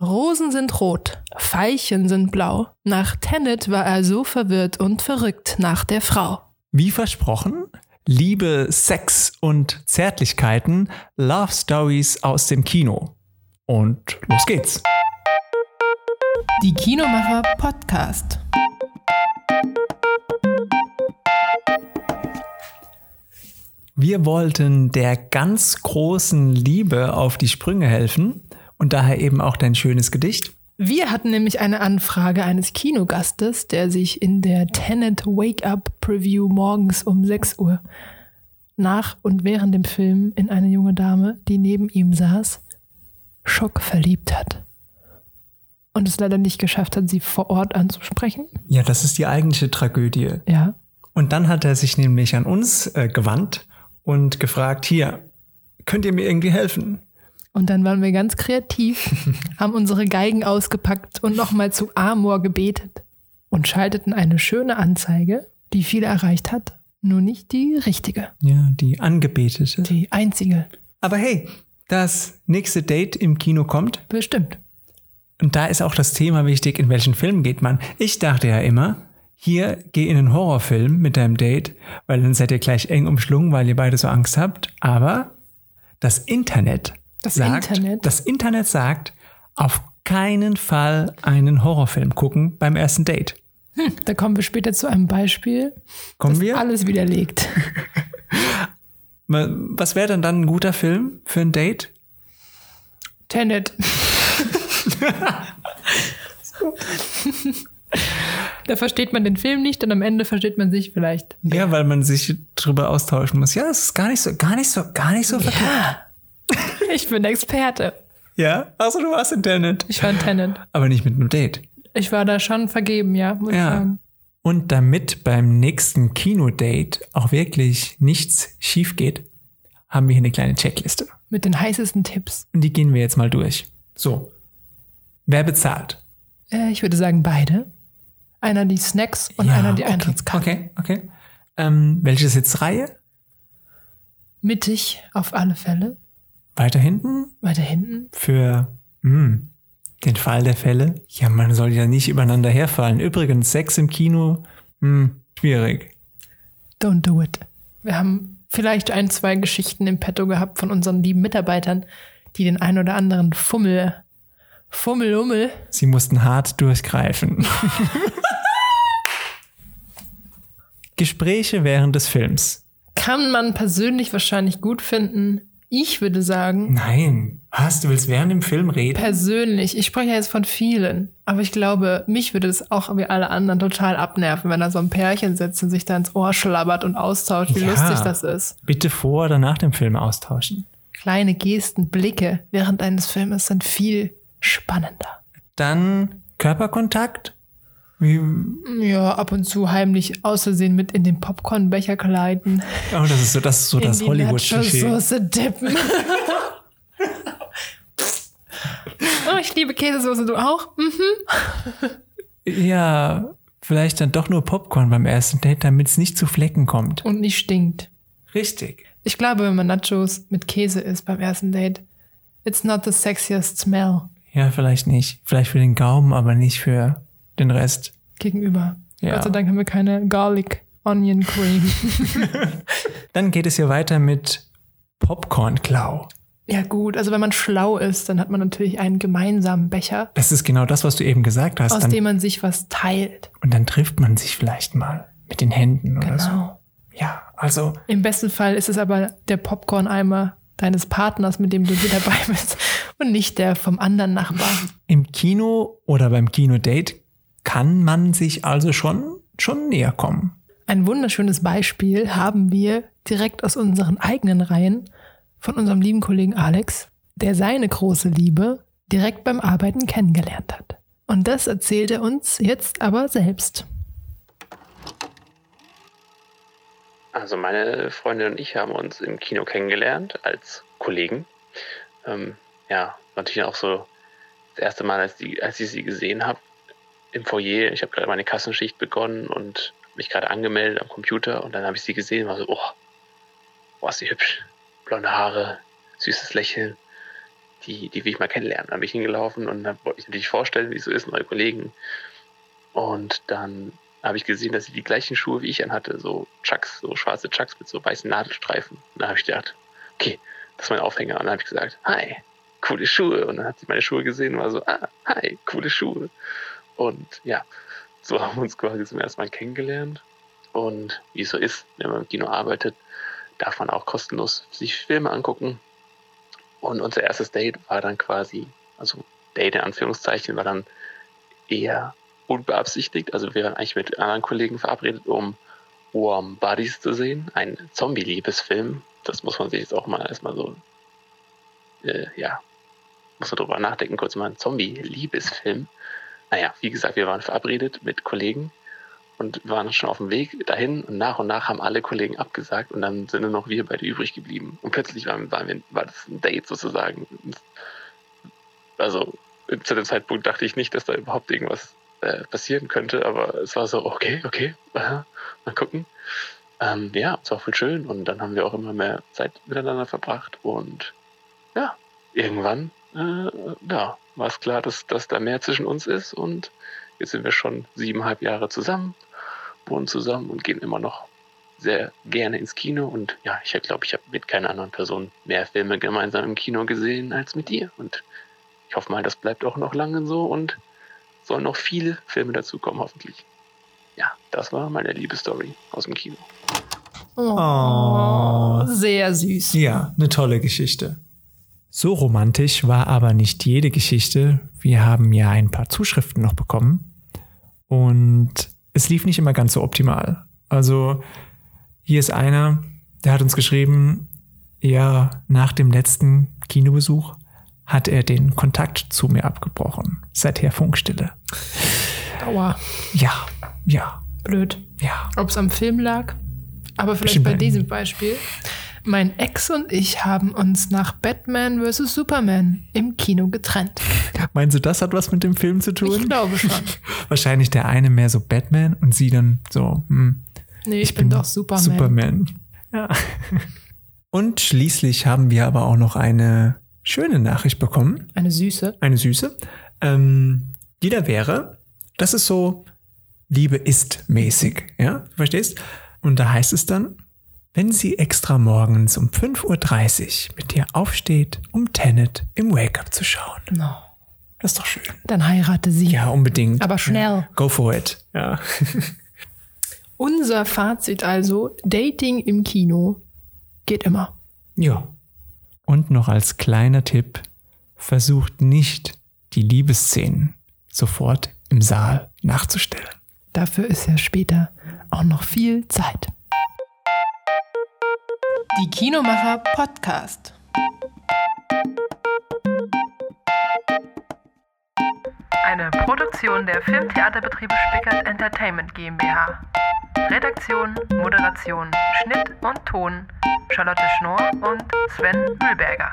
Rosen sind rot, Veilchen sind blau. Nach Tennet war er so verwirrt und verrückt nach der Frau. Wie versprochen, Liebe, Sex und Zärtlichkeiten, Love Stories aus dem Kino. Und los geht's. Die Kinomacher Podcast. Wir wollten der ganz großen Liebe auf die Sprünge helfen und daher eben auch dein schönes Gedicht. Wir hatten nämlich eine Anfrage eines Kinogastes, der sich in der Tenet Wake Up Preview morgens um 6 Uhr nach und während dem Film in eine junge Dame, die neben ihm saß, schockverliebt hat. Und es leider nicht geschafft hat, sie vor Ort anzusprechen. Ja, das ist die eigentliche Tragödie. Ja. Und dann hat er sich nämlich an uns äh, gewandt und gefragt, hier, könnt ihr mir irgendwie helfen? Und dann waren wir ganz kreativ, haben unsere Geigen ausgepackt und nochmal zu Amor gebetet und schalteten eine schöne Anzeige, die viele erreicht hat, nur nicht die richtige, Ja, die Angebetete. die einzige. Aber hey, das nächste Date im Kino kommt. Bestimmt. Und da ist auch das Thema wichtig, in welchen Film geht man. Ich dachte ja immer, hier geh in einen Horrorfilm mit deinem Date, weil dann seid ihr gleich eng umschlungen, weil ihr beide so Angst habt. Aber das Internet Das sagt, Internet? das Internet sagt, auf keinen Fall einen Horrorfilm gucken beim ersten Date. Da kommen wir später zu einem Beispiel, Kommen das wir? alles widerlegt. Ma- Was wäre denn dann ein guter Film für ein Date? Tenet. da versteht man den Film nicht und am Ende versteht man sich vielleicht. Ja, weil man sich drüber austauschen muss. Ja, es ist gar nicht so, gar nicht so, gar nicht so verkehrt. Ich bin Experte. Ja? Achso, du warst in Tenet. Ich war in Tenet. Aber nicht mit einem Date. Ich war da schon vergeben, ja, muss ich Ja. sagen. Und damit beim nächsten Kinodate auch wirklich nichts schief geht, haben wir hier eine kleine Checkliste. Mit den heißesten Tipps. Und die gehen wir jetzt mal durch. So. Wer bezahlt? Äh, ich würde sagen, beide. Einer die Snacks und Ja, einer die okay, Eintrittskarte. Okay, okay. Ähm, welche Sitzreihe? Mittig auf alle Fälle. Weiter hinten? Weiter hinten. Für hm, den Fall der Fälle? Ja, man soll ja nicht übereinander herfallen. Übrigens, Sex im Kino? Hm, schwierig. Don't do it. Wir haben vielleicht ein, zwei Geschichten im Petto gehabt von unseren lieben Mitarbeitern, die den ein oder anderen Fummel, Fummelummel Sie mussten hart durchgreifen. Gespräche während des Films. kann man persönlich wahrscheinlich gut finden. Ich würde sagen, Nein. Was? Du willst während dem Film reden? persönlich, ich spreche ja jetzt von vielen, aber ich glaube, mich würde es auch wie alle anderen total abnerven, wenn da so ein Pärchen sitzt und sich da ins Ohr schlabbert und austauscht, wie Ja. lustig das ist. Bitte vor oder nach dem Film austauschen. Kleine Gesten, Blicke während eines Filmes sind viel spannender. Dann Körperkontakt? Wie, oh, Ja, ab und zu heimlich außersehen mit in den Popcornbecher gleiten, oh, das ist so das, ist so in das die Hollywood-Klischee. Nacho-Soße dippen. oh, ich liebe Käsesoße, du auch? Mhm. Ja, vielleicht dann doch nur Popcorn beim ersten Date, damit es nicht zu Flecken kommt. und nicht stinkt. Richtig. Ich glaube, wenn man Nachos mit Käse isst beim ersten Date, it's not the sexiest smell Ja, vielleicht nicht. Vielleicht für den Gaumen, aber nicht für den Rest. gegenüber. Ja. Gott sei Dank haben wir keine Garlic Onion Cream. Dann geht es hier weiter mit Popcorn-Klau. ja gut, also wenn man schlau ist, dann hat man natürlich einen gemeinsamen Becher, Das ist genau das, was du eben gesagt hast. aus Dann, dem man sich was teilt. und dann trifft man sich vielleicht mal mit den Händen oder so. Genau. Ja, also Im besten Fall ist es aber der Popcorn-Eimer deines Partners, mit dem du hier dabei bist und nicht der vom anderen Nachbarn. im Kino oder beim Kinodate kann man sich also schon, schon näher kommen. Ein wunderschönes Beispiel haben wir direkt aus unseren eigenen Reihen von unserem lieben Kollegen Alex, der seine große Liebe direkt beim Arbeiten kennengelernt hat. Und das erzählt er uns jetzt aber selbst. Also meine Freundin und ich haben uns im Kino kennengelernt als Kollegen. Ähm, ja, natürlich auch so das erste Mal, als, die, als ich sie gesehen habe im Foyer. Ich habe gerade meine Kassenschicht begonnen und mich gerade angemeldet am Computer und dann habe ich sie gesehen und war so, oh, boah, ist sie hübsch. Blonde Haare, süßes Lächeln. die, die will ich mal kennenlernen. Da bin ich hingelaufen und hab, wollte ich natürlich vorstellen, wie es so ist, neue Kollegen. Und dann habe ich gesehen, dass sie die gleichen Schuhe wie ich anhatte, so Chucks, so schwarze Chucks mit so weißen Nadelstreifen. Und da habe ich gedacht, okay, das ist mein Aufhänger. Und dann habe ich gesagt, hi, coole Schuhe. Und dann hat sie meine Schuhe gesehen und war so, ah, hi, coole Schuhe. Und ja, so haben wir uns quasi zum ersten Mal kennengelernt. Und wie es so ist, wenn man im Kino arbeitet, darf man auch kostenlos sich Filme angucken. Und unser erstes Date war dann quasi, also Date in Anführungszeichen, war dann eher unbeabsichtigt. Also wir waren eigentlich mit anderen Kollegen verabredet, um Warm Buddies zu sehen. Ein Zombie-Liebesfilm. Das muss man sich jetzt auch mal erstmal so, äh, ja, muss man drüber nachdenken, kurz mal ein Zombie-Liebesfilm. Naja, wie gesagt, wir waren verabredet mit Kollegen und waren schon auf dem Weg dahin und nach und nach haben alle Kollegen abgesagt und dann sind nur noch wir beide übrig geblieben. Und plötzlich waren, waren wir, war das ein Date sozusagen. Also zu dem Zeitpunkt dachte ich nicht, dass da überhaupt irgendwas äh, passieren könnte, aber es war so, okay, okay, aha, mal gucken. Ähm, ja, es war voll schön und dann haben wir auch immer mehr Zeit miteinander verbracht und ja, irgendwann äh, ja, war es klar, dass, dass da mehr zwischen uns ist und jetzt sind wir schon siebeneinhalb Jahre zusammen, wohnen zusammen und gehen immer noch sehr gerne ins Kino und ja, ich glaube, ich habe mit keiner anderen Person mehr Filme gemeinsam im Kino gesehen als mit dir und ich hoffe mal, das bleibt auch noch lange so und sollen noch viele Filme dazukommen, hoffentlich. Ja, das war meine Liebesstory aus dem Kino. Oh. Sehr süß. Ja, eine tolle Geschichte. So romantisch war aber nicht jede Geschichte. Wir haben ja ein paar Zuschriften noch bekommen und es lief nicht immer ganz so optimal. Also hier ist einer, der hat uns geschrieben, ja, nach dem letzten Kinobesuch hat er den Kontakt zu mir abgebrochen. Seither Funkstille. Aua, Ja, ja, blöd. ja. Ob es am Film lag, aber vielleicht Bestimmt bei bei- diesem Beispiel. Mein Ex und ich haben uns nach Batman vs. Superman im Kino getrennt. Meinen Sie, das hat was mit dem Film zu Ich tun? glaube schon. Wahrscheinlich der eine mehr so Batman und sie dann so, hm, Nee, ich, bin, doch Superman. Superman. Ja. Und schließlich haben wir aber auch noch eine schöne Nachricht bekommen, Eine Süße. eine süße, ähm, die da wäre, das ist so Liebe ist mäßig, ja, du verstehst? Und da heißt es dann, wenn sie extra morgens um 5.30 Uhr mit dir aufsteht, um Tenet im Wake-up zu schauen. No. Das ist doch schön. Dann heirate sie. Ja, unbedingt. Aber schnell. Ja, go for it. Ja. Unser Fazit also, Dating im Kino geht immer. Ja. Und noch als kleiner Tipp, versucht nicht, die Liebesszenen sofort im Saal nachzustellen. Dafür ist ja später auch noch viel Zeit. Die Kinomacher Podcast. Eine Produktion der Filmtheaterbetriebe Spickert Entertainment GmbH. Redaktion, Moderation, Schnitt und Ton Charlotte Schnorr und Sven Mühlberger.